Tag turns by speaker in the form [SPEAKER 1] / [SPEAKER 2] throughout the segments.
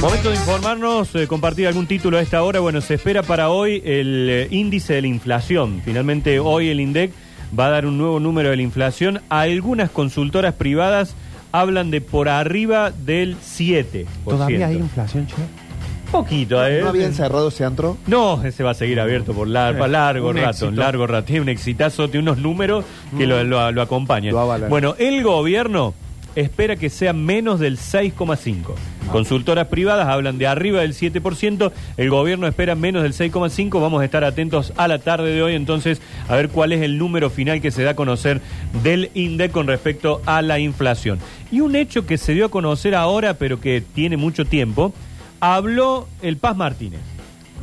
[SPEAKER 1] Momento de informarnos, eh, compartir algún título a esta hora. Bueno, se espera para hoy el eh, índice de la inflación. Finalmente, hoy el INDEC va a dar un nuevo número de la inflación. Algunas consultoras privadas hablan de por arriba del 7%.
[SPEAKER 2] ¿Todavía hay inflación, che?
[SPEAKER 1] Poquito, ¿eh?
[SPEAKER 3] ¿No habían cerrado ese antro?
[SPEAKER 1] No, ese va a seguir abierto por lar- para largo
[SPEAKER 2] Eh, un
[SPEAKER 1] rato,
[SPEAKER 2] éxito.
[SPEAKER 1] largo rato. Tiene un exitazo, tiene unos números que lo, lo- lo acompañan.
[SPEAKER 3] Lo avalan.
[SPEAKER 1] bueno, el gobierno espera que sea menos del 6,5. Consultoras privadas hablan de arriba del 7%, el gobierno espera menos del 6,5, vamos a estar atentos a la tarde de hoy entonces a ver cuál es el número final que se da a conocer del INDEC con respecto a la inflación. Y un hecho que se dio a conocer ahora, pero que tiene mucho tiempo, habló el Paz Martínez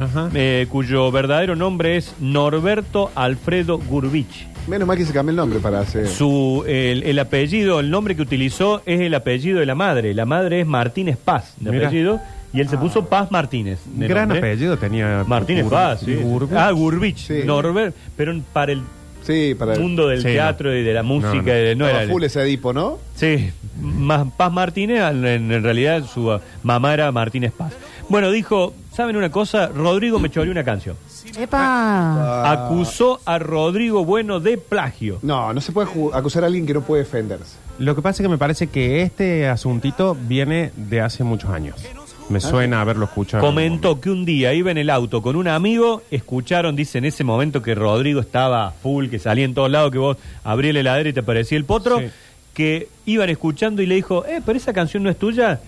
[SPEAKER 2] Ajá.
[SPEAKER 1] eh, cuyo verdadero nombre es Norberto Alfredo Gurbich.
[SPEAKER 3] Menos mal que se cambió el nombre para hacer.
[SPEAKER 1] Su, el, el apellido, el nombre que utilizó es el apellido de la madre. La madre es Martínez Paz, de
[SPEAKER 2] Mirá. Ah.
[SPEAKER 1] apellido, y él se puso Paz Martínez. de
[SPEAKER 2] Gran
[SPEAKER 1] nombre.
[SPEAKER 2] apellido tenía.
[SPEAKER 1] Martínez
[SPEAKER 2] Ur-
[SPEAKER 1] Paz, sí.
[SPEAKER 2] Urbe.
[SPEAKER 1] Ah, Gurbich,
[SPEAKER 3] Sí.
[SPEAKER 1] Norberto, pero para el
[SPEAKER 3] Sí, para el.
[SPEAKER 1] mundo del
[SPEAKER 2] Sí, no.
[SPEAKER 1] teatro y de la música,
[SPEAKER 2] No, no.
[SPEAKER 1] eh, no,
[SPEAKER 3] Estaba
[SPEAKER 1] era...
[SPEAKER 3] full ese Edipo, ¿no?
[SPEAKER 1] Sí, más Paz Martínez, en, en realidad su ah, mamá era Martínez Paz. Bueno, dijo, ¿saben una cosa? Rodrigo me choreó una canción.
[SPEAKER 2] Ah,
[SPEAKER 4] ¡Epa!
[SPEAKER 1] Acusó a Rodrigo Bueno de plagio.
[SPEAKER 3] No, no se puede ju- acusar a alguien que no puede defenderse.
[SPEAKER 2] Lo que pasa es que me parece que este asuntito viene de hace muchos años.
[SPEAKER 4] Ah,
[SPEAKER 2] Me suena haberlo escuchado. en algún
[SPEAKER 1] Comentó que un día iba en el auto con un amigo, escucharon, dice en ese momento que Rodrigo estaba full, que salía en todos lados, que vos abrí la heladera y te aparecía el potro,
[SPEAKER 2] Sí.
[SPEAKER 1] que iban escuchando y le dijo, eh, pero esa canción no es tuya.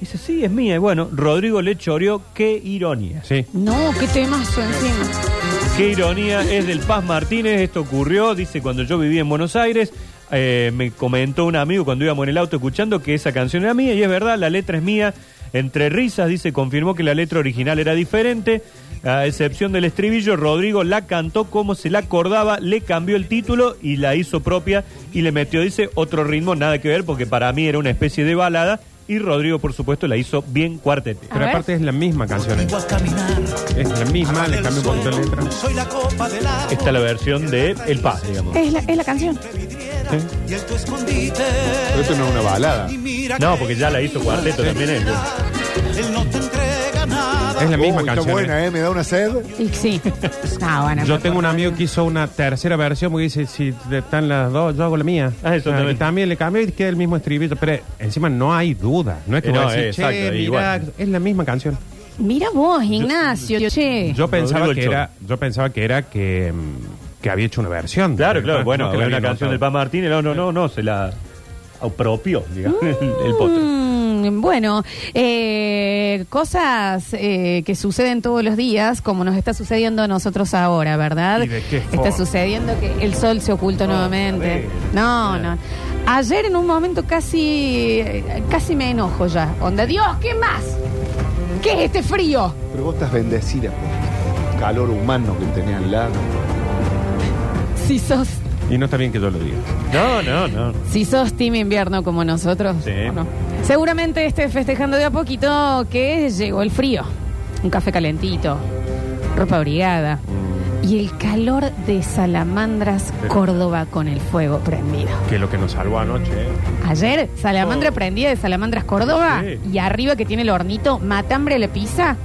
[SPEAKER 1] Dice, sí, es mía. Y bueno, Rodrigo le choreó, qué ironía.
[SPEAKER 2] momento. Sí.
[SPEAKER 4] No, qué temazo encima.
[SPEAKER 1] Qué ironía, es del Paz Martínez, esto ocurrió, dice, cuando yo vivía en Buenos Aires, eh, me comentó un amigo cuando íbamos en el auto escuchando que esa canción era mía, y es verdad, la letra es mía, entre risas, dice, confirmó que la letra original era diferente, a excepción del estribillo, Rodrigo la cantó como se la acordaba, le cambió el título y la hizo propia, y le metió, dice, otro ritmo, nada que ver, porque para mí era una especie de balada, y Rodrigo, por supuesto, la hizo bien cuartete.
[SPEAKER 2] Pero
[SPEAKER 4] ver.
[SPEAKER 2] aparte es la misma canción.
[SPEAKER 5] Contigo a caminar.
[SPEAKER 2] Es la misma, Ah, le cambio un poquito la letra.
[SPEAKER 5] Soy la copa del agua.
[SPEAKER 1] Esta es la versión de El Paz, digamos.
[SPEAKER 4] Es la, es la canción.
[SPEAKER 5] Y el tu escondite.
[SPEAKER 3] Pero esto no es una balada.
[SPEAKER 5] Y mira
[SPEAKER 1] No,
[SPEAKER 5] que
[SPEAKER 1] porque ya la hizo cuarteto también él.
[SPEAKER 5] él no te entrega nada.
[SPEAKER 2] Es la misma
[SPEAKER 3] Uy, está
[SPEAKER 2] canción.
[SPEAKER 3] buena, ¿eh? Me da una sed.
[SPEAKER 4] Y sí. Ah, bueno,
[SPEAKER 2] Yo
[SPEAKER 4] pero-
[SPEAKER 2] tengo un amigo que hizo una tercera versión porque dice, si están las dos, yo hago la mía.
[SPEAKER 1] Ah, eso
[SPEAKER 2] y
[SPEAKER 1] también.
[SPEAKER 2] también le cambio y queda el mismo estribillo. Pero encima no hay duda. No es que
[SPEAKER 1] Eh,
[SPEAKER 2] vos
[SPEAKER 1] no,
[SPEAKER 2] decís,
[SPEAKER 1] eh,
[SPEAKER 2] "Che,
[SPEAKER 1] exacto,
[SPEAKER 2] mirá,
[SPEAKER 1] igual".
[SPEAKER 2] es la misma canción.
[SPEAKER 4] Mira vos, Ignacio, che.
[SPEAKER 2] Yo pensaba
[SPEAKER 1] Rodrigo
[SPEAKER 2] que
[SPEAKER 1] Chon.
[SPEAKER 2] era, yo pensaba que era que, mm, que había hecho una versión.
[SPEAKER 1] Claro,
[SPEAKER 2] No,
[SPEAKER 1] claro,
[SPEAKER 2] no,
[SPEAKER 1] bueno,
[SPEAKER 2] que
[SPEAKER 1] era
[SPEAKER 2] la había
[SPEAKER 1] una canción del
[SPEAKER 2] notado.
[SPEAKER 1] Paz Martínez, no, no, no, no, se la apropió, digamos, el, el potro.
[SPEAKER 4] Mm, Bueno, eh, cosas eh, que suceden todos los días, como nos está sucediendo a nosotros ahora, ¿verdad?
[SPEAKER 2] ¿Y de qué forma?
[SPEAKER 4] está sucediendo que el sol se ocultó nuevamente.
[SPEAKER 1] vez.
[SPEAKER 4] No,
[SPEAKER 1] Eh.
[SPEAKER 4] no. Ayer en un momento casi, eh, casi me enojo ya. Onda, Dios, ¿qué más? ¿Qué es este frío?
[SPEAKER 3] Pero vos estás bendecida por el calor humano que tenés al lado.
[SPEAKER 4] Si sos,
[SPEAKER 2] Y no está bien que yo lo diga.
[SPEAKER 1] No, no, no.
[SPEAKER 4] si sos team invierno como nosotros,
[SPEAKER 1] Sí.
[SPEAKER 4] ¿o no? seguramente estés festejando de a poquito que llegó el frío. Un café calentito, ropa abrigada
[SPEAKER 1] Mm.
[SPEAKER 4] y el calor de salamandras Córdoba con el fuego prendido.
[SPEAKER 2] Que lo que nos salvó anoche. eh.
[SPEAKER 4] Ayer, salamandra prendida de salamandras Córdoba
[SPEAKER 1] Oh. Sí.
[SPEAKER 4] y arriba que tiene el hornito, matambre le pizza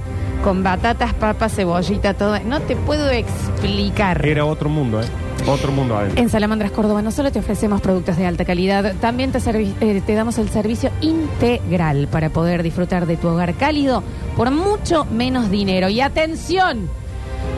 [SPEAKER 4] con batatas, papas, cebollita, todo. No te puedo explicar.
[SPEAKER 2] Era otro mundo, ¿eh? Otro mundo adentro.
[SPEAKER 4] En Salamandras Córdoba no solo te ofrecemos productos de alta calidad, también te, servi- eh, te damos el servicio integral para poder disfrutar de tu hogar cálido por mucho menos dinero. Y atención,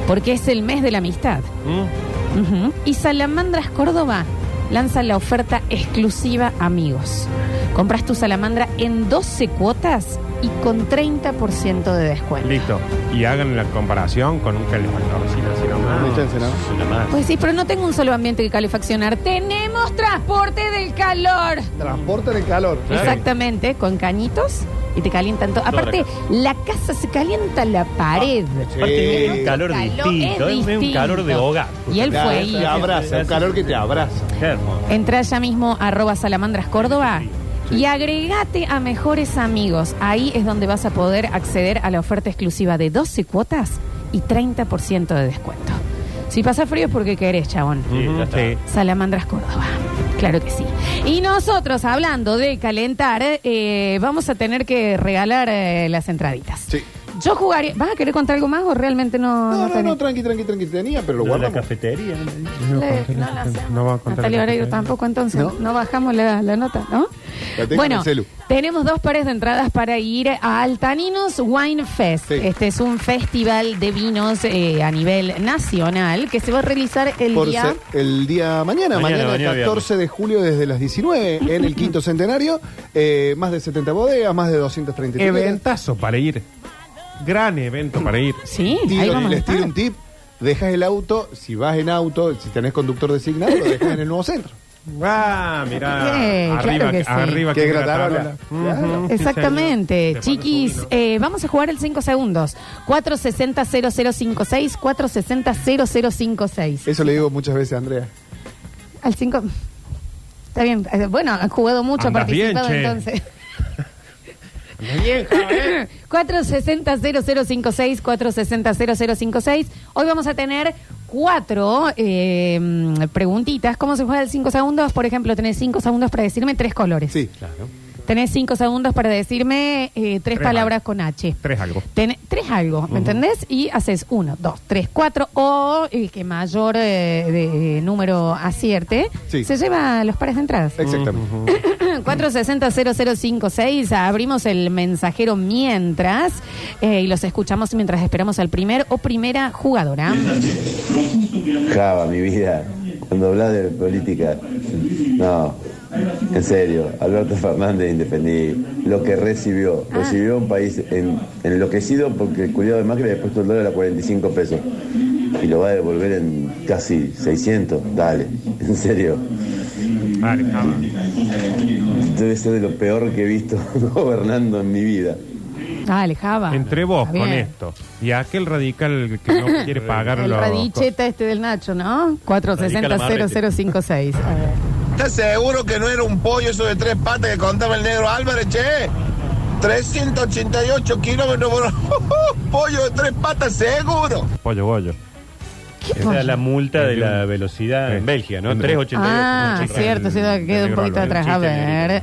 [SPEAKER 4] porque es el mes de la amistad.
[SPEAKER 2] Mm.
[SPEAKER 4] Ujú. Y Salamandras Córdoba lanza la oferta exclusiva Amigos. Compras tu salamandra en 12 cuotas y con 30% de descuento.
[SPEAKER 2] Listo. Y hagan la comparación con un calefactorcito así nomás.
[SPEAKER 3] No hay chance, ¿no?
[SPEAKER 1] Una más.
[SPEAKER 4] Pues sí, pero no tengo un solo ambiente que calefaccionar. Tenemos transporte del calor.
[SPEAKER 3] Transportan el calor.
[SPEAKER 4] Ah.
[SPEAKER 1] Claro.
[SPEAKER 4] Exactamente, con cañitos y te calientan todo.
[SPEAKER 1] Toda la Ah,
[SPEAKER 4] Aparte, la casa se calienta la pared.
[SPEAKER 2] Eh,
[SPEAKER 1] Aparte, es un calor
[SPEAKER 4] Calor es
[SPEAKER 1] distinto, es, un
[SPEAKER 4] distinto.
[SPEAKER 1] calor de hogar.
[SPEAKER 4] Y el
[SPEAKER 3] Claro,
[SPEAKER 4] fueguito.
[SPEAKER 3] Te abraza, un calor que te abraza.
[SPEAKER 1] Germo.
[SPEAKER 4] Entra ya mismo a arroba salamandras Córdoba y agregate a mejores amigos. Ahí es donde vas a poder acceder a la oferta exclusiva de 12 cuotas y 30% de descuento. Si pasa frío es porque querés, chabón.
[SPEAKER 1] Mm. Sí, ya está.
[SPEAKER 2] Sí.
[SPEAKER 4] Salamandras Córdoba. Claro que sí. Y nosotros, hablando de calentar, eh, vamos a tener que regalar eh, las entraditas.
[SPEAKER 3] Sí.
[SPEAKER 4] Yo jugaría. ¿Vas a querer contar algo más o realmente no?
[SPEAKER 3] No, no,
[SPEAKER 4] tenés?
[SPEAKER 3] no, tranqui, tranqui, tranqui. Tenía, pero lo
[SPEAKER 1] Lo de la
[SPEAKER 3] guardamos.
[SPEAKER 1] cafetería. ¿no?
[SPEAKER 4] Le- no la hacemos. Natalia Oreiro tampoco, entonces. No,
[SPEAKER 3] No.
[SPEAKER 4] bajamos la, la nota, ¿no?
[SPEAKER 3] La tengo en
[SPEAKER 4] bueno,
[SPEAKER 3] el celu.
[SPEAKER 4] tenemos dos pares de entradas para ir a Altaninos Wine Fest.
[SPEAKER 3] Sí.
[SPEAKER 4] Este es un festival de vinos eh, a nivel nacional que se va a realizar el
[SPEAKER 3] Por
[SPEAKER 4] día.
[SPEAKER 3] ser el día mañana,
[SPEAKER 1] Mañana,
[SPEAKER 3] mañana,
[SPEAKER 1] mañana,
[SPEAKER 3] 14 de julio desde las 19 en el quinto centenario, eh, más de 70 bodegas, más de 230 tiquetes.
[SPEAKER 2] Eventazo para ir. Gran evento para ir.
[SPEAKER 4] Sí,
[SPEAKER 3] Tiro-
[SPEAKER 4] ahí
[SPEAKER 3] y
[SPEAKER 4] vamos a
[SPEAKER 3] les tiro
[SPEAKER 4] estar.
[SPEAKER 3] un tip, dejas el auto, si vas en auto, si tenés conductor designado, lo dejas en el nuevo centro.
[SPEAKER 2] ¡Ah, mirá!
[SPEAKER 4] Eh, claro
[SPEAKER 2] arriba,
[SPEAKER 4] que sí.
[SPEAKER 2] arriba.
[SPEAKER 3] Qué
[SPEAKER 2] que
[SPEAKER 3] gratarola. Claro.
[SPEAKER 2] Ujú, sí,
[SPEAKER 4] Exactamente,
[SPEAKER 2] señor. Te mando
[SPEAKER 4] chiquis,
[SPEAKER 2] un vino.
[SPEAKER 4] eh, vamos a jugar el 5 segundos. 460-0056, 460-0056.
[SPEAKER 2] Eh.
[SPEAKER 3] Eso le digo muchas veces a Andrea.
[SPEAKER 4] Al 5. Está bien, eh, bueno, han jugado mucho, han
[SPEAKER 2] Andas bien,
[SPEAKER 4] participado
[SPEAKER 2] che.
[SPEAKER 4] entonces.
[SPEAKER 2] Bien, Javier.
[SPEAKER 4] 460-0056, 460-0056. Hoy vamos a tener cuatro eh, mm, preguntitas. ¿Cómo se juega el 5 segundos? Por ejemplo, tenés 5 segundos para decirme tres colores.
[SPEAKER 3] Sí.
[SPEAKER 4] Tenés 5 segundos para decirme eh, tres
[SPEAKER 2] Tres
[SPEAKER 4] palabras
[SPEAKER 2] algo.
[SPEAKER 4] con H.
[SPEAKER 2] Tres algo.
[SPEAKER 4] Ten- tres algo, ¿me entendés? Y haces uno, dos, tres, cuatro, o el que mayor eh, de- número acierte
[SPEAKER 3] Sí.
[SPEAKER 4] se lleva los pares de entradas.
[SPEAKER 3] Exactamente.
[SPEAKER 4] 460-0056, abrimos el mensajero mientras eh, y los escuchamos mientras esperamos al primer o primera jugadora.
[SPEAKER 6] Java, mi vida. Cuando hablas de política, no. En serio, Alberto Fernández independiente, lo que recibió,
[SPEAKER 4] Ah.
[SPEAKER 6] recibió un país en- enloquecido porque el culiado de Macri le ha puesto el dólar a 45 pesos y lo va a devolver en casi 600, dale, en serio.
[SPEAKER 2] Vale, Java.
[SPEAKER 6] Debe ser de lo peor que he visto gobernando en mi vida.
[SPEAKER 4] Dale, Java.
[SPEAKER 2] Entre vos
[SPEAKER 4] Ah, Está
[SPEAKER 2] con
[SPEAKER 4] bien.
[SPEAKER 2] esto y aquel radical que no quiere pagar
[SPEAKER 4] El
[SPEAKER 2] los-
[SPEAKER 4] radicheta este del Nacho, ¿no? 460-0056. A ver.
[SPEAKER 7] ¿Estás seguro que no era un pollo eso de tres patas que contaba el negro Álvarez, che? 388 kilómetros por hora. pollo de tres patas, seguro.
[SPEAKER 2] Pollo, bollo.
[SPEAKER 4] ¿Qué
[SPEAKER 1] Esa es
[SPEAKER 4] pon-
[SPEAKER 1] la multa de la velocidad
[SPEAKER 2] Sí.
[SPEAKER 1] en Bélgica, ¿no?
[SPEAKER 2] Sí.
[SPEAKER 1] 3.88.
[SPEAKER 4] Ah,
[SPEAKER 1] Mucho.
[SPEAKER 4] cierto, cierto, que queda un
[SPEAKER 2] Negro
[SPEAKER 4] poquito
[SPEAKER 2] Álvarez.
[SPEAKER 4] atrás. A
[SPEAKER 1] Chiste
[SPEAKER 4] ver.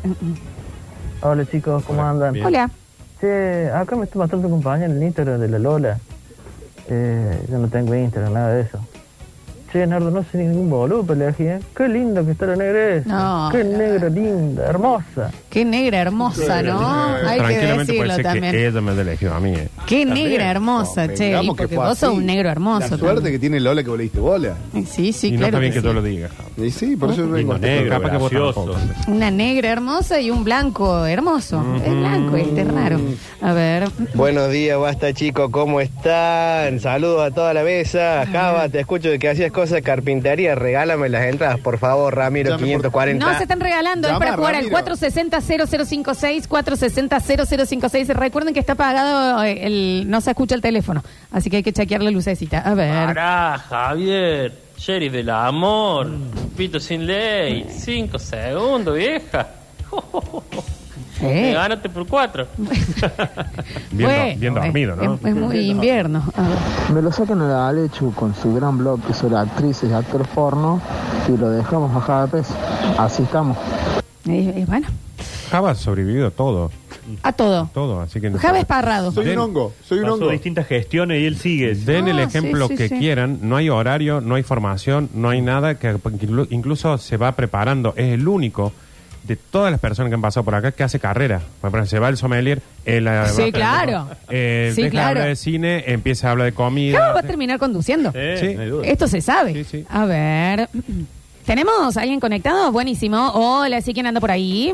[SPEAKER 8] Hola chicos, ¿cómo andan?
[SPEAKER 1] bien.
[SPEAKER 4] Hola.
[SPEAKER 8] Che, acá me está matando tu compañero en el Instagram de la Lola. Eh, yo no tengo Instagram, nada de eso. Che, Nardo, no soy ningún boludo, pero le dije, ¿eh? qué lindo que está la negra esa.
[SPEAKER 4] No,
[SPEAKER 8] qué
[SPEAKER 4] no.
[SPEAKER 8] negra linda, hermosa.
[SPEAKER 4] Qué negra hermosa, ¿no? Hay que
[SPEAKER 2] Tranquilamente puede
[SPEAKER 4] decirlo
[SPEAKER 2] ser
[SPEAKER 4] también.
[SPEAKER 2] que ella me haya elegido a mí. eh.
[SPEAKER 4] Qué negra hermosa,
[SPEAKER 3] No,
[SPEAKER 4] che. y
[SPEAKER 3] digamos que
[SPEAKER 4] Porque
[SPEAKER 3] fue
[SPEAKER 4] vos
[SPEAKER 3] así.
[SPEAKER 4] sos un negro hermoso.
[SPEAKER 3] La suerte
[SPEAKER 4] también.
[SPEAKER 3] que tiene Lola que vos le diste bola.
[SPEAKER 4] Sí, sí,
[SPEAKER 2] y no
[SPEAKER 4] claro.
[SPEAKER 2] está bien
[SPEAKER 4] que
[SPEAKER 2] que yo
[SPEAKER 4] sí.
[SPEAKER 2] lo diga. Java.
[SPEAKER 3] Y sí,
[SPEAKER 4] Ah.
[SPEAKER 3] por eso vengo. este
[SPEAKER 1] Lindo negro,
[SPEAKER 2] Capaz que vos
[SPEAKER 1] gracioso.
[SPEAKER 2] tampoco.
[SPEAKER 4] Una negra hermosa y un blanco hermoso. El blanco, este raro. A ver.
[SPEAKER 9] Buenos días, basta chicos, ¿cómo están? Saludos a toda la mesa. Java, te escucho de que hacías cosas de carpintería. Regálame las entradas, por favor, Ramiro
[SPEAKER 3] Llame por-
[SPEAKER 9] 540.
[SPEAKER 4] No se están regalando, es
[SPEAKER 3] Llama,
[SPEAKER 4] para jugar al
[SPEAKER 3] Ramiro.
[SPEAKER 4] 460-0056, 460-0056. Recuerden que está apagado, eh, el, no se escucha el teléfono, así que hay que chequear la lucecita. A ver.
[SPEAKER 10] Pará, Javier, sheriff del amor, pito sin ley, cinco segundos, vieja. Me
[SPEAKER 4] Eh.
[SPEAKER 10] ganaste por cuatro.
[SPEAKER 2] Bien do-
[SPEAKER 4] Bueno,
[SPEAKER 2] bien dormido, ¿no?
[SPEAKER 4] Es, es muy invierno. A ver.
[SPEAKER 8] Me lo sacan a la Alechu con su gran blog sobre actrices y actores porno y lo dejamos bajar de peso. Así estamos.
[SPEAKER 4] Eh, eh, bueno,
[SPEAKER 2] Java ha sobrevivido a todo.
[SPEAKER 4] a todo.
[SPEAKER 2] Todo, así que.
[SPEAKER 4] Java Esparrado.
[SPEAKER 3] Soy un hongo, soy un
[SPEAKER 1] Pasó
[SPEAKER 3] hongo.
[SPEAKER 1] distintas gestiones y él sigue.
[SPEAKER 2] Den el
[SPEAKER 4] Ah,
[SPEAKER 2] ejemplo
[SPEAKER 4] sí, sí,
[SPEAKER 2] que
[SPEAKER 4] sí.
[SPEAKER 2] quieran, no hay horario, no hay formación, no hay nada, que inclu- incluso se va preparando, es el único de todas las personas que han pasado por acá que hace carrera. Por ejemplo, se va el sommelier, el,
[SPEAKER 4] Sí, claro.
[SPEAKER 2] eh,
[SPEAKER 4] Sí,
[SPEAKER 2] deja de
[SPEAKER 4] claro.
[SPEAKER 2] hablar de cine, empieza a hablar de
[SPEAKER 4] Java
[SPEAKER 2] comida.
[SPEAKER 4] va a terminar conduciendo.
[SPEAKER 1] Eh,
[SPEAKER 2] Sí.
[SPEAKER 1] no hay duda.
[SPEAKER 4] Esto se sabe.
[SPEAKER 2] Sí, sí.
[SPEAKER 4] A ver. ¿Tenemos alguien conectado? Buenísimo. Hola, sí, ¿quién anda por ahí?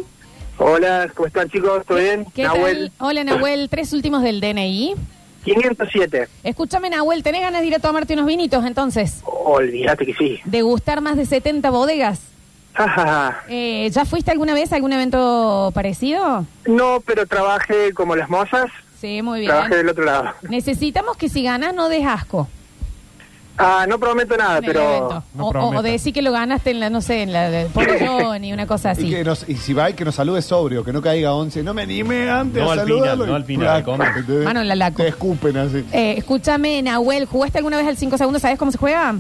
[SPEAKER 9] Hola, ¿cómo están chicos? ¿Todo bien?
[SPEAKER 4] ¿Qué
[SPEAKER 9] Nahuel,
[SPEAKER 4] tal? Oh. Hola, Nahuel. Tres últimos del DNI.
[SPEAKER 9] 507.
[SPEAKER 4] Escúchame, Nahuel, ¿tenés ganas de ir a tomarte unos vinitos entonces?
[SPEAKER 9] Olvídate que sí.
[SPEAKER 4] Degustar más de 70 bodegas.
[SPEAKER 9] Ja, ja, ja.
[SPEAKER 4] Eh, ¿Ya fuiste alguna vez a algún evento parecido?
[SPEAKER 9] no, pero trabajé como las mozas,
[SPEAKER 4] Sí, muy bien.
[SPEAKER 9] trabajé del otro lado.
[SPEAKER 4] Necesitamos que si ganas no des asco.
[SPEAKER 9] Ah, no prometo nada,
[SPEAKER 4] en el
[SPEAKER 9] pero...
[SPEAKER 4] evento.
[SPEAKER 2] No
[SPEAKER 4] o, o- o
[SPEAKER 2] prometas.
[SPEAKER 4] decir que lo ganaste en la, no sé, en la de Pollo ni una cosa
[SPEAKER 3] Y,
[SPEAKER 4] así.
[SPEAKER 3] que nos- y si va y que nos salude sobrio, que no caiga 11. No me anime antes
[SPEAKER 1] No
[SPEAKER 3] a
[SPEAKER 1] al
[SPEAKER 3] saludarlo.
[SPEAKER 1] final, no al final,
[SPEAKER 3] Plac,
[SPEAKER 1] al comer.
[SPEAKER 3] ¿entendés?
[SPEAKER 4] Mano en la laco.
[SPEAKER 3] Te escupen así.
[SPEAKER 4] Eh, escúchame, Nahuel, ¿jugaste alguna vez al 5 segundos? ¿Sabes cómo se juega?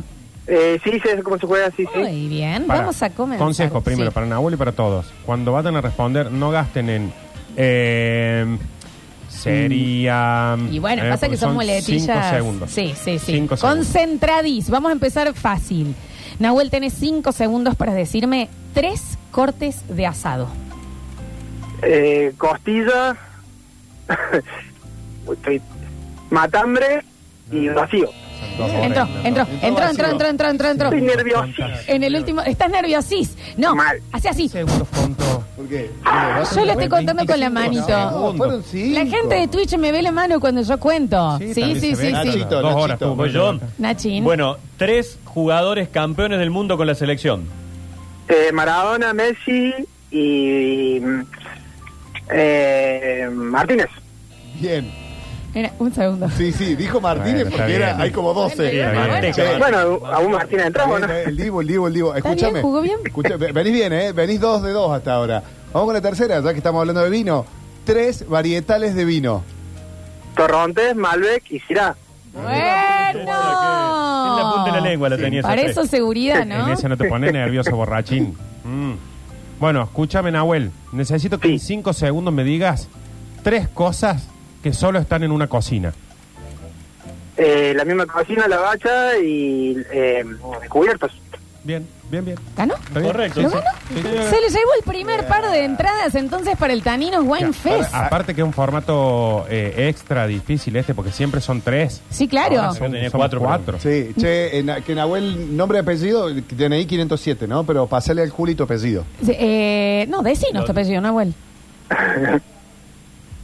[SPEAKER 9] Eh, sí, sé cómo se juega, sí, sí.
[SPEAKER 4] Muy bien,
[SPEAKER 2] Para.
[SPEAKER 4] vamos a comenzar.
[SPEAKER 2] Consejo primero
[SPEAKER 4] Sí.
[SPEAKER 2] para Nahuel y para todos. Cuando vayan a responder, no gasten en. eh, sería.
[SPEAKER 4] Mm. Y bueno,
[SPEAKER 2] eh,
[SPEAKER 4] pasa que
[SPEAKER 2] porque
[SPEAKER 4] son muletillas.
[SPEAKER 2] Cinco segundos.
[SPEAKER 4] Sí, sí, sí.
[SPEAKER 2] Cinco segundos.
[SPEAKER 4] Concentradís. Vamos a empezar fácil. Nahuel, tenés cinco segundos para decirme tres cortes de asado.
[SPEAKER 9] Eh, costilla, estoy- matambre y vacío.
[SPEAKER 2] Dos horas.
[SPEAKER 4] Entró, entró, entró, entró, entró, entró, entró, entró.
[SPEAKER 9] Estoy nervioso.
[SPEAKER 4] En el último, estás nerviosís. No,
[SPEAKER 9] Mal.
[SPEAKER 4] hace así.
[SPEAKER 2] Segundos, punto.
[SPEAKER 3] ¿Por qué?
[SPEAKER 4] Yo lo estoy contando con la manito.
[SPEAKER 3] No, fueron cinco.
[SPEAKER 4] La gente de Twitch me ve la mano cuando yo cuento. Sí, sí,
[SPEAKER 2] también
[SPEAKER 4] sí,
[SPEAKER 2] se ve.
[SPEAKER 4] sí.
[SPEAKER 3] Nachito,
[SPEAKER 2] Dos horas.
[SPEAKER 3] Nachito.
[SPEAKER 2] tuvo
[SPEAKER 1] Voy yo.
[SPEAKER 4] Nachin.
[SPEAKER 1] Bueno, tres jugadores campeones del mundo con la selección.
[SPEAKER 9] Eh, Maradona, Messi y eh, Martínez.
[SPEAKER 3] Bien.
[SPEAKER 4] Mira, un segundo.
[SPEAKER 3] Sí, sí, dijo
[SPEAKER 2] Bueno,
[SPEAKER 3] Martínez
[SPEAKER 2] está
[SPEAKER 3] porque era,
[SPEAKER 2] bien.
[SPEAKER 3] hay como 12.
[SPEAKER 4] Bueno,
[SPEAKER 2] bien,
[SPEAKER 3] Sí,
[SPEAKER 1] bien.
[SPEAKER 3] sí.
[SPEAKER 9] Bueno, aún Martínez entró, ¿o
[SPEAKER 3] Está
[SPEAKER 9] ¿no?
[SPEAKER 3] bien, está bien. El Divo, el Divo, el Divo. Escúchame.
[SPEAKER 4] bien, jugó bien.
[SPEAKER 3] Escucha- ve- venís bien, ¿eh? Venís dos de dos hasta ahora. Vamos con la tercera, ya que estamos hablando de vino. Tres varietales de vino.
[SPEAKER 9] Torrontes, Malbec y Sirá.
[SPEAKER 1] Es la punta de la
[SPEAKER 4] Bueno.
[SPEAKER 1] lengua la tenía esa
[SPEAKER 4] Para
[SPEAKER 1] tres.
[SPEAKER 4] eso seguridad,
[SPEAKER 2] En
[SPEAKER 4] ¿no?
[SPEAKER 2] esa no te pones nervioso, borrachín. Mm. Bueno, escúchame, Nahuel. Necesito que en cinco segundos me digas tres cosas que solo están en una cocina.
[SPEAKER 9] Eh, la misma cocina, la bacha y eh, cubiertos.
[SPEAKER 2] Bien, bien, bien.
[SPEAKER 4] ¿Ganó?
[SPEAKER 2] ¿Está bien?
[SPEAKER 1] Correcto.
[SPEAKER 4] ¿Lo
[SPEAKER 1] sí.
[SPEAKER 4] ganó? Se le llevó el primer par de entradas entonces para el Taninos Wine
[SPEAKER 2] Ahora, ah.
[SPEAKER 4] Fest.
[SPEAKER 2] Aparte que es un formato eh, extra difícil este, porque siempre son tres.
[SPEAKER 4] Sí, claro.
[SPEAKER 2] Ahora son,
[SPEAKER 1] Tenía
[SPEAKER 2] son
[SPEAKER 1] cuatro,
[SPEAKER 2] cuatro.
[SPEAKER 3] Sí, che, eh, na- que Nahuel, nombre y apellido, DNI 507, ¿no? Pero pasale al Juli tu apellido.
[SPEAKER 4] Eh, no, decinos tu apellido, Nahuel.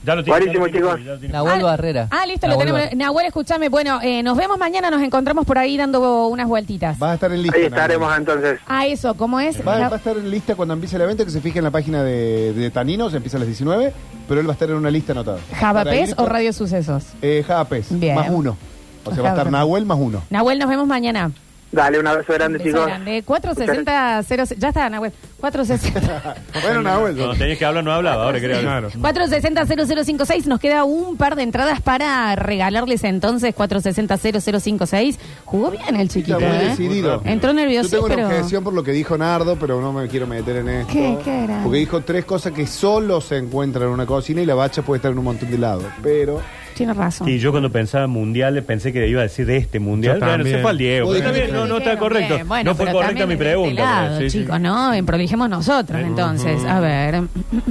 [SPEAKER 1] Ya lo tiene, ya
[SPEAKER 9] Buenísimo,
[SPEAKER 1] lo tiene,
[SPEAKER 9] chicos.
[SPEAKER 1] ya lo tiene.
[SPEAKER 11] Nahuel
[SPEAKER 4] Ah,
[SPEAKER 11] Barrera.
[SPEAKER 4] Ah, listo, lo
[SPEAKER 11] Nahuel
[SPEAKER 4] tenemos.
[SPEAKER 11] Barrera.
[SPEAKER 4] Nahuel, escúchame. Bueno, eh, nos vemos mañana, nos encontramos por ahí dando unas vueltitas.
[SPEAKER 3] Vas a estar en lista.
[SPEAKER 9] Ahí
[SPEAKER 3] Nahuel.
[SPEAKER 9] estaremos entonces.
[SPEAKER 4] Ah, eso, ¿cómo es?
[SPEAKER 3] Va,
[SPEAKER 4] La-
[SPEAKER 3] va a estar en lista cuando empiece el evento, que se fije en la página de, de Taninos, empieza a las 19, pero él va a estar en una lista anotada. Para ir
[SPEAKER 4] ¿Javapés
[SPEAKER 3] con-
[SPEAKER 4] o Radio Sucesos?
[SPEAKER 3] Eh, Javapés,
[SPEAKER 4] Bien.
[SPEAKER 3] más uno. O sea, va a estar
[SPEAKER 4] Javapés.
[SPEAKER 3] Nahuel más uno.
[SPEAKER 4] Nahuel, nos vemos mañana.
[SPEAKER 9] Dale, un abrazo grande,
[SPEAKER 4] Beso
[SPEAKER 9] chicos.
[SPEAKER 4] grande. 460 cero- Ya está, Nahuel. 460.
[SPEAKER 3] Bueno, Nahuel.
[SPEAKER 1] Cuando tenías que hablar, no hablaba. Ahora quería hablar.
[SPEAKER 2] Claro.
[SPEAKER 4] 460-0056, nos queda un par de entradas para regalarles entonces 460-0056. Jugó bien el chiquito,
[SPEAKER 3] Está muy
[SPEAKER 4] ¿eh?
[SPEAKER 3] decidido.
[SPEAKER 4] Entró nervioso,
[SPEAKER 3] Yo tengo una
[SPEAKER 4] pero...
[SPEAKER 3] objeción por lo que dijo Nardo, pero no me quiero meter en esto.
[SPEAKER 4] ¿Qué? ¿Qué era?
[SPEAKER 3] Porque dijo tres cosas que solo se encuentran en una cocina y la bacha puede estar en un montón de lados. Pero.
[SPEAKER 4] Tiene razón.
[SPEAKER 1] Y yo cuando pensaba mundiales pensé que iba a decir de este mundial.
[SPEAKER 2] Yo
[SPEAKER 1] Bueno, se
[SPEAKER 2] también.
[SPEAKER 1] fue al Diego.
[SPEAKER 3] Vos
[SPEAKER 1] Está
[SPEAKER 3] dijiste
[SPEAKER 1] bien, no,
[SPEAKER 3] que-
[SPEAKER 1] no está correcto.
[SPEAKER 4] Bien, bueno,
[SPEAKER 1] no fue
[SPEAKER 4] pero
[SPEAKER 1] correcta mi
[SPEAKER 4] también desde
[SPEAKER 1] pregunta.
[SPEAKER 4] este lado,
[SPEAKER 1] Sí, sí. Eh,
[SPEAKER 4] chicos, ¿no? En- Prolijimos nosotros,
[SPEAKER 2] Ujú.
[SPEAKER 4] entonces. A ver.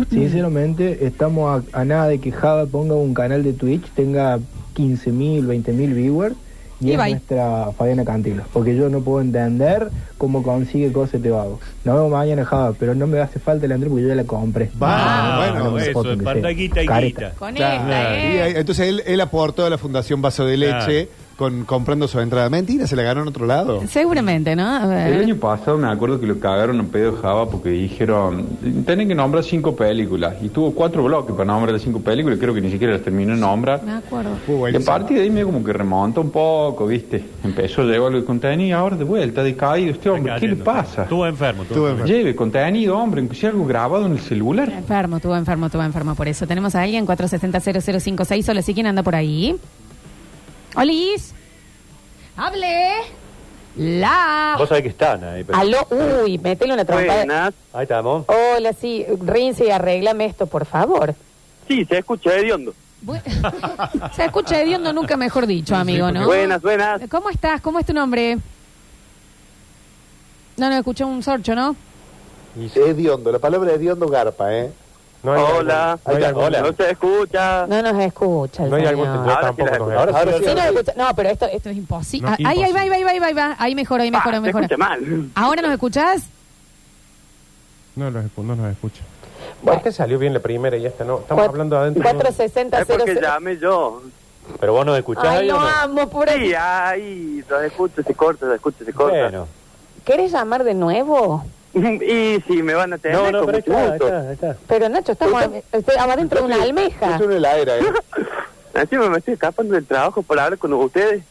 [SPEAKER 8] Sinceramente, estamos a, a nada de que Java ponga un canal de Twitch, tenga 15.000, 20.000 viewers. Y,
[SPEAKER 4] Y
[SPEAKER 8] es
[SPEAKER 4] bye.
[SPEAKER 8] nuestra Fabiana Cantilo, porque yo no puedo entender cómo consigue cosas te vago. Nos vemos mañana, Java, pero no me hace falta el Andrés porque yo ya la compré. Ah,
[SPEAKER 3] Va,
[SPEAKER 1] bueno,
[SPEAKER 3] bueno,
[SPEAKER 8] foto
[SPEAKER 1] Ah, eso,
[SPEAKER 8] donde
[SPEAKER 1] espanta
[SPEAKER 8] sea.
[SPEAKER 1] guita y
[SPEAKER 8] Careta.
[SPEAKER 1] guita.
[SPEAKER 4] Con
[SPEAKER 3] Claro.
[SPEAKER 4] esta,
[SPEAKER 3] Y
[SPEAKER 4] ¿eh?
[SPEAKER 3] ahí- entonces él, él aportó a la Fundación Vaso de
[SPEAKER 1] Claro.
[SPEAKER 3] Leche con comprando su entrada. Mentira, se la ganó en otro lado.
[SPEAKER 4] Seguramente, ¿no? A ver.
[SPEAKER 12] El año pasado me acuerdo que lo cagaron a pedo Java porque dijeron, tienen que nombrar cinco películas. Y tuvo cuatro bloques para nombrar las cinco películas y creo que ni siquiera las terminó de nombrar.
[SPEAKER 4] Me acuerdo.
[SPEAKER 3] Fue
[SPEAKER 12] Y a
[SPEAKER 3] buenísimo.
[SPEAKER 12] partir de ahí medio como que remonta un poco, ¿viste? Empezó, llegó algo de contenido, ahora de vuelta, decaído este hombre.
[SPEAKER 1] Venga,
[SPEAKER 12] ¿Qué le
[SPEAKER 1] yendo.
[SPEAKER 12] pasa?
[SPEAKER 1] Estuvo enfermo. estuvo
[SPEAKER 3] Estuvo
[SPEAKER 1] enfermo.
[SPEAKER 12] Lleve contenido, hombre, inclusive algo grabado en el celular.
[SPEAKER 4] Enfermo, estuvo enfermo, estuvo enfermo. Por eso tenemos a alguien, 460-0056. Hola, ¿sí quién anda por ahí? ¡Olis! ¡Hable! ¡La!
[SPEAKER 6] Vos sabés que están ahí, pero...
[SPEAKER 4] Aló, uy, mételo en la trompa.
[SPEAKER 9] Buenas.
[SPEAKER 6] Ahí estamos.
[SPEAKER 4] Hola, sí, rinse y arréglame esto, por favor.
[SPEAKER 9] Sí, se escucha, hediondo.
[SPEAKER 4] Bu- Se escucha hediondo nunca mejor dicho, amigo, ¿no?
[SPEAKER 9] Buenas, buenas.
[SPEAKER 4] ¿Cómo estás? ¿Cómo es tu nombre? No, no, escuché un sorcho, ¿no?
[SPEAKER 3] Hediondo, la palabra hediondo garpa, ¿eh?
[SPEAKER 2] No hay
[SPEAKER 9] hola.
[SPEAKER 2] algún- no hay algún-
[SPEAKER 9] No se escucha.
[SPEAKER 4] No nos escucha.
[SPEAKER 2] No hay algún titular
[SPEAKER 9] Ahora sí la
[SPEAKER 2] tampoco.
[SPEAKER 9] escucho.
[SPEAKER 2] nos escucha.
[SPEAKER 3] Ahora
[SPEAKER 4] Sí, no, escucha- no, pero esto, esto es imposible.
[SPEAKER 2] No,
[SPEAKER 4] Ah, ahí, ahí va, ahí va,
[SPEAKER 2] imposible.
[SPEAKER 4] ahí va, ahí va, ahí va. Ahí mejora, ahí mejora,
[SPEAKER 9] Ah, se
[SPEAKER 4] mejora.
[SPEAKER 9] escucha mal.
[SPEAKER 4] ¿Ahora nos escuchás?
[SPEAKER 2] No, los escu- no nos escucha. ¿Por qué Este salió bien la primera y esta no? Estamos hablando adentro.
[SPEAKER 9] Es
[SPEAKER 4] 460
[SPEAKER 9] porque llame yo.
[SPEAKER 6] Pero vos nos escuchás
[SPEAKER 4] Ay,
[SPEAKER 6] ahí
[SPEAKER 4] lo
[SPEAKER 6] o no?
[SPEAKER 4] amo, por
[SPEAKER 9] Sí, ahí, los escucho, se corta, los escucho, se corta.
[SPEAKER 6] Bueno.
[SPEAKER 4] ¿Querés llamar de nuevo?
[SPEAKER 9] Y si me van a tener
[SPEAKER 6] No, no,
[SPEAKER 9] con
[SPEAKER 6] pero ahí está,
[SPEAKER 9] mucho
[SPEAKER 6] ahí
[SPEAKER 9] gusto.
[SPEAKER 6] está, ahí está.
[SPEAKER 4] Pero Nacho, estamos, estamos adentro de una almeja.
[SPEAKER 3] Es una heladera, ¿eh?
[SPEAKER 9] Encima me estoy escapando del trabajo por hablar con ustedes.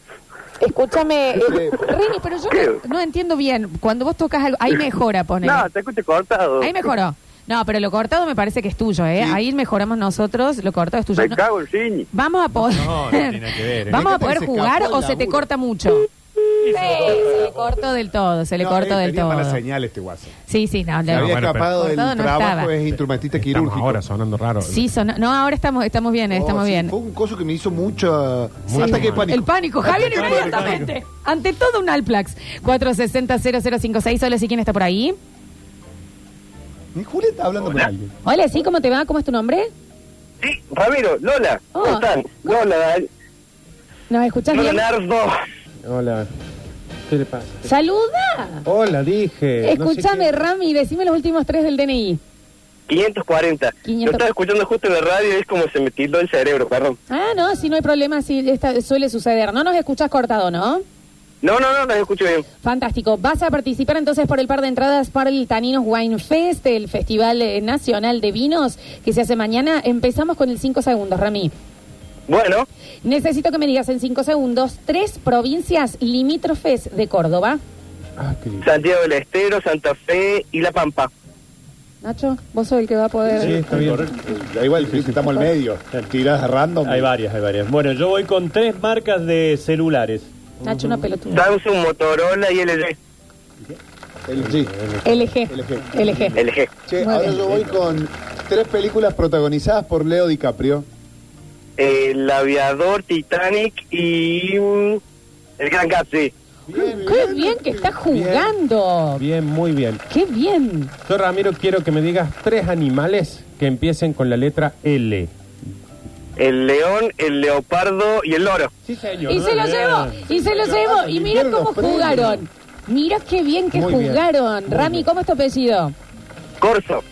[SPEAKER 4] Escúchame, eh, Rini, pero yo no, no entiendo bien. Cuando vos tocas algo, ahí mejora, pone.
[SPEAKER 9] No, te escucho cortado.
[SPEAKER 4] Ahí mejoró. No, pero lo cortado me parece que es tuyo, ¿eh? Ahí mejoramos nosotros, lo cortado es tuyo.
[SPEAKER 9] Me
[SPEAKER 4] No-
[SPEAKER 9] cago en Rini.
[SPEAKER 4] Vamos a poder.
[SPEAKER 1] No, no tiene que ver, ¿eh?
[SPEAKER 4] Vamos a
[SPEAKER 3] Fíjate que este
[SPEAKER 4] poder
[SPEAKER 3] se
[SPEAKER 4] jugar
[SPEAKER 3] escapó
[SPEAKER 4] o
[SPEAKER 3] el
[SPEAKER 4] se te
[SPEAKER 3] laburo.
[SPEAKER 4] corta mucho. se le cortó del todo, se le
[SPEAKER 3] No,
[SPEAKER 4] cortó
[SPEAKER 3] él
[SPEAKER 4] del
[SPEAKER 3] tenía
[SPEAKER 4] todo.
[SPEAKER 3] mala señal este guaso.
[SPEAKER 4] Sí, sí, no,
[SPEAKER 3] Se
[SPEAKER 4] le
[SPEAKER 3] había escapado del
[SPEAKER 4] cortado no
[SPEAKER 3] trabajo,
[SPEAKER 4] estaba.
[SPEAKER 3] es
[SPEAKER 2] este
[SPEAKER 3] instrumentista quirúrgico.
[SPEAKER 13] ahora sonando raro.
[SPEAKER 4] Sí, sonó- no, ahora estamos, estamos bien, estamos
[SPEAKER 3] Oh, sí,
[SPEAKER 4] bien.
[SPEAKER 3] Fue un coso que me hizo mucho
[SPEAKER 4] Sí.
[SPEAKER 3] ataque de pánico.
[SPEAKER 4] El pánico, Javier,
[SPEAKER 3] Ataque de pánico.
[SPEAKER 4] inmediatamente. Ante todo, un Alplax. 460-0056. Hola, sí, ¿quién está por ahí?
[SPEAKER 3] Mi Julieta está hablando con alguien.
[SPEAKER 4] Hola, sí, ¿cómo te va? ¿Cómo es tu nombre?
[SPEAKER 9] Ramiro, Lola, ¿cómo
[SPEAKER 4] Oh.
[SPEAKER 9] están? Lola,
[SPEAKER 4] ¿Nos escuchás
[SPEAKER 9] Lola
[SPEAKER 4] bien?
[SPEAKER 9] Nardo.
[SPEAKER 2] Hola. ¿Qué le pasa?
[SPEAKER 8] Eh,
[SPEAKER 4] ¡Saluda!
[SPEAKER 2] Hola, dije. no sé
[SPEAKER 4] Escúchame, Rami, decime los últimos tres del DNI.
[SPEAKER 9] 540. Yo
[SPEAKER 4] 500.
[SPEAKER 9] estaba escuchando justo en la radio y es como se me tildó el cerebro, perdón.
[SPEAKER 4] Ah, no, si no hay problema, si esta- suele suceder. No nos escuchás cortado, ¿no?
[SPEAKER 9] No, no, no, las escucho bien.
[SPEAKER 4] Fantástico. Vas a participar entonces por el par de entradas para el Taninos Wine Fest, el Festival eh, Nacional de Vinos que se hace mañana. Empezamos con el 5 segundos, Rami.
[SPEAKER 9] Bueno,
[SPEAKER 4] Necesito que me digas en 5 segundos tres provincias limítrofes de Córdoba.
[SPEAKER 9] Santiago del Estero, Santa Fe y La Pampa.
[SPEAKER 4] Nacho, vos sos el que va a poder.
[SPEAKER 3] Da igual, que estamos al medio. Tirás random.
[SPEAKER 1] Hay varias, hay varias. Bueno, yo voy con tres marcas de celulares.
[SPEAKER 4] Nacho, una pelotuda.
[SPEAKER 9] Samsung, Motorola y LG.
[SPEAKER 3] LG.
[SPEAKER 4] LG. LG.
[SPEAKER 9] LG.
[SPEAKER 3] Che,
[SPEAKER 4] Muy
[SPEAKER 3] ahora
[SPEAKER 4] bien.
[SPEAKER 3] yo voy con tres películas protagonizadas por Leo DiCaprio.
[SPEAKER 9] El aviador, Titanic y mm, el Gran Gatsby.
[SPEAKER 4] ¡Qué bien que estás jugando!
[SPEAKER 2] Bien, muy bien.
[SPEAKER 4] ¡Qué bien!
[SPEAKER 2] Yo, Ramiro, quiero que me digas tres animales que empiecen con la letra L.
[SPEAKER 9] El león, el leopardo y el loro.
[SPEAKER 2] Sí, señor.
[SPEAKER 4] Y se lo llevo, y se lo llevo. Y mira cómo jugaron. Mira qué bien que
[SPEAKER 9] Muy bien.
[SPEAKER 4] jugaron. Rami, ¿cómo es tu apellido?
[SPEAKER 9] Corso.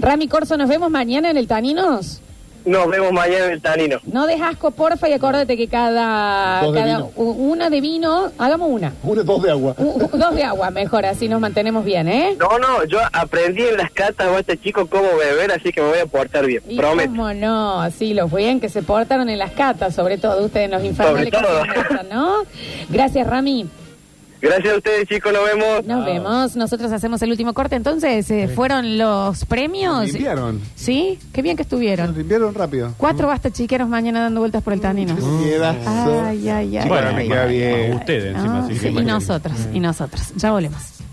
[SPEAKER 4] Rami Corso, ¿nos vemos mañana en el Taninos?
[SPEAKER 9] Nos vemos mañana en el Tanino.
[SPEAKER 4] No des asco, porfa, y acuérdate que cada,
[SPEAKER 9] Dos de
[SPEAKER 4] cada-
[SPEAKER 9] vino.
[SPEAKER 4] u- una de vino, hagamos una.
[SPEAKER 3] Una, dos de agua.
[SPEAKER 4] U- u- dos de agua, mejor, así nos mantenemos bien, ¿eh?
[SPEAKER 9] No, no, yo aprendí en las catas o este chico cómo beber, así que me voy a portar bien,
[SPEAKER 4] Y
[SPEAKER 9] prometo.
[SPEAKER 4] cómo no, sí, los bien que se portaron en las catas, sobre todo ustedes, los infernales que
[SPEAKER 9] todo.
[SPEAKER 4] se portan, ¿no? Gracias, Rami.
[SPEAKER 9] Gracias a ustedes, chicos, nos vemos.
[SPEAKER 4] Nos vemos. Nosotros hacemos el último corte. Entonces, eh, fueron los premios.
[SPEAKER 3] Limpiaron.
[SPEAKER 4] ¿Sí? Qué bien que estuvieron.
[SPEAKER 3] Limpiaron rápido.
[SPEAKER 4] Cuatro basta chiqueros mañana dando vueltas por el tanino.
[SPEAKER 3] Piedazo.
[SPEAKER 4] Ay, ay, ay.
[SPEAKER 3] Bueno, me queda bien.
[SPEAKER 4] Ah, sí, y nosotros, y nosotros. Ya volvemos.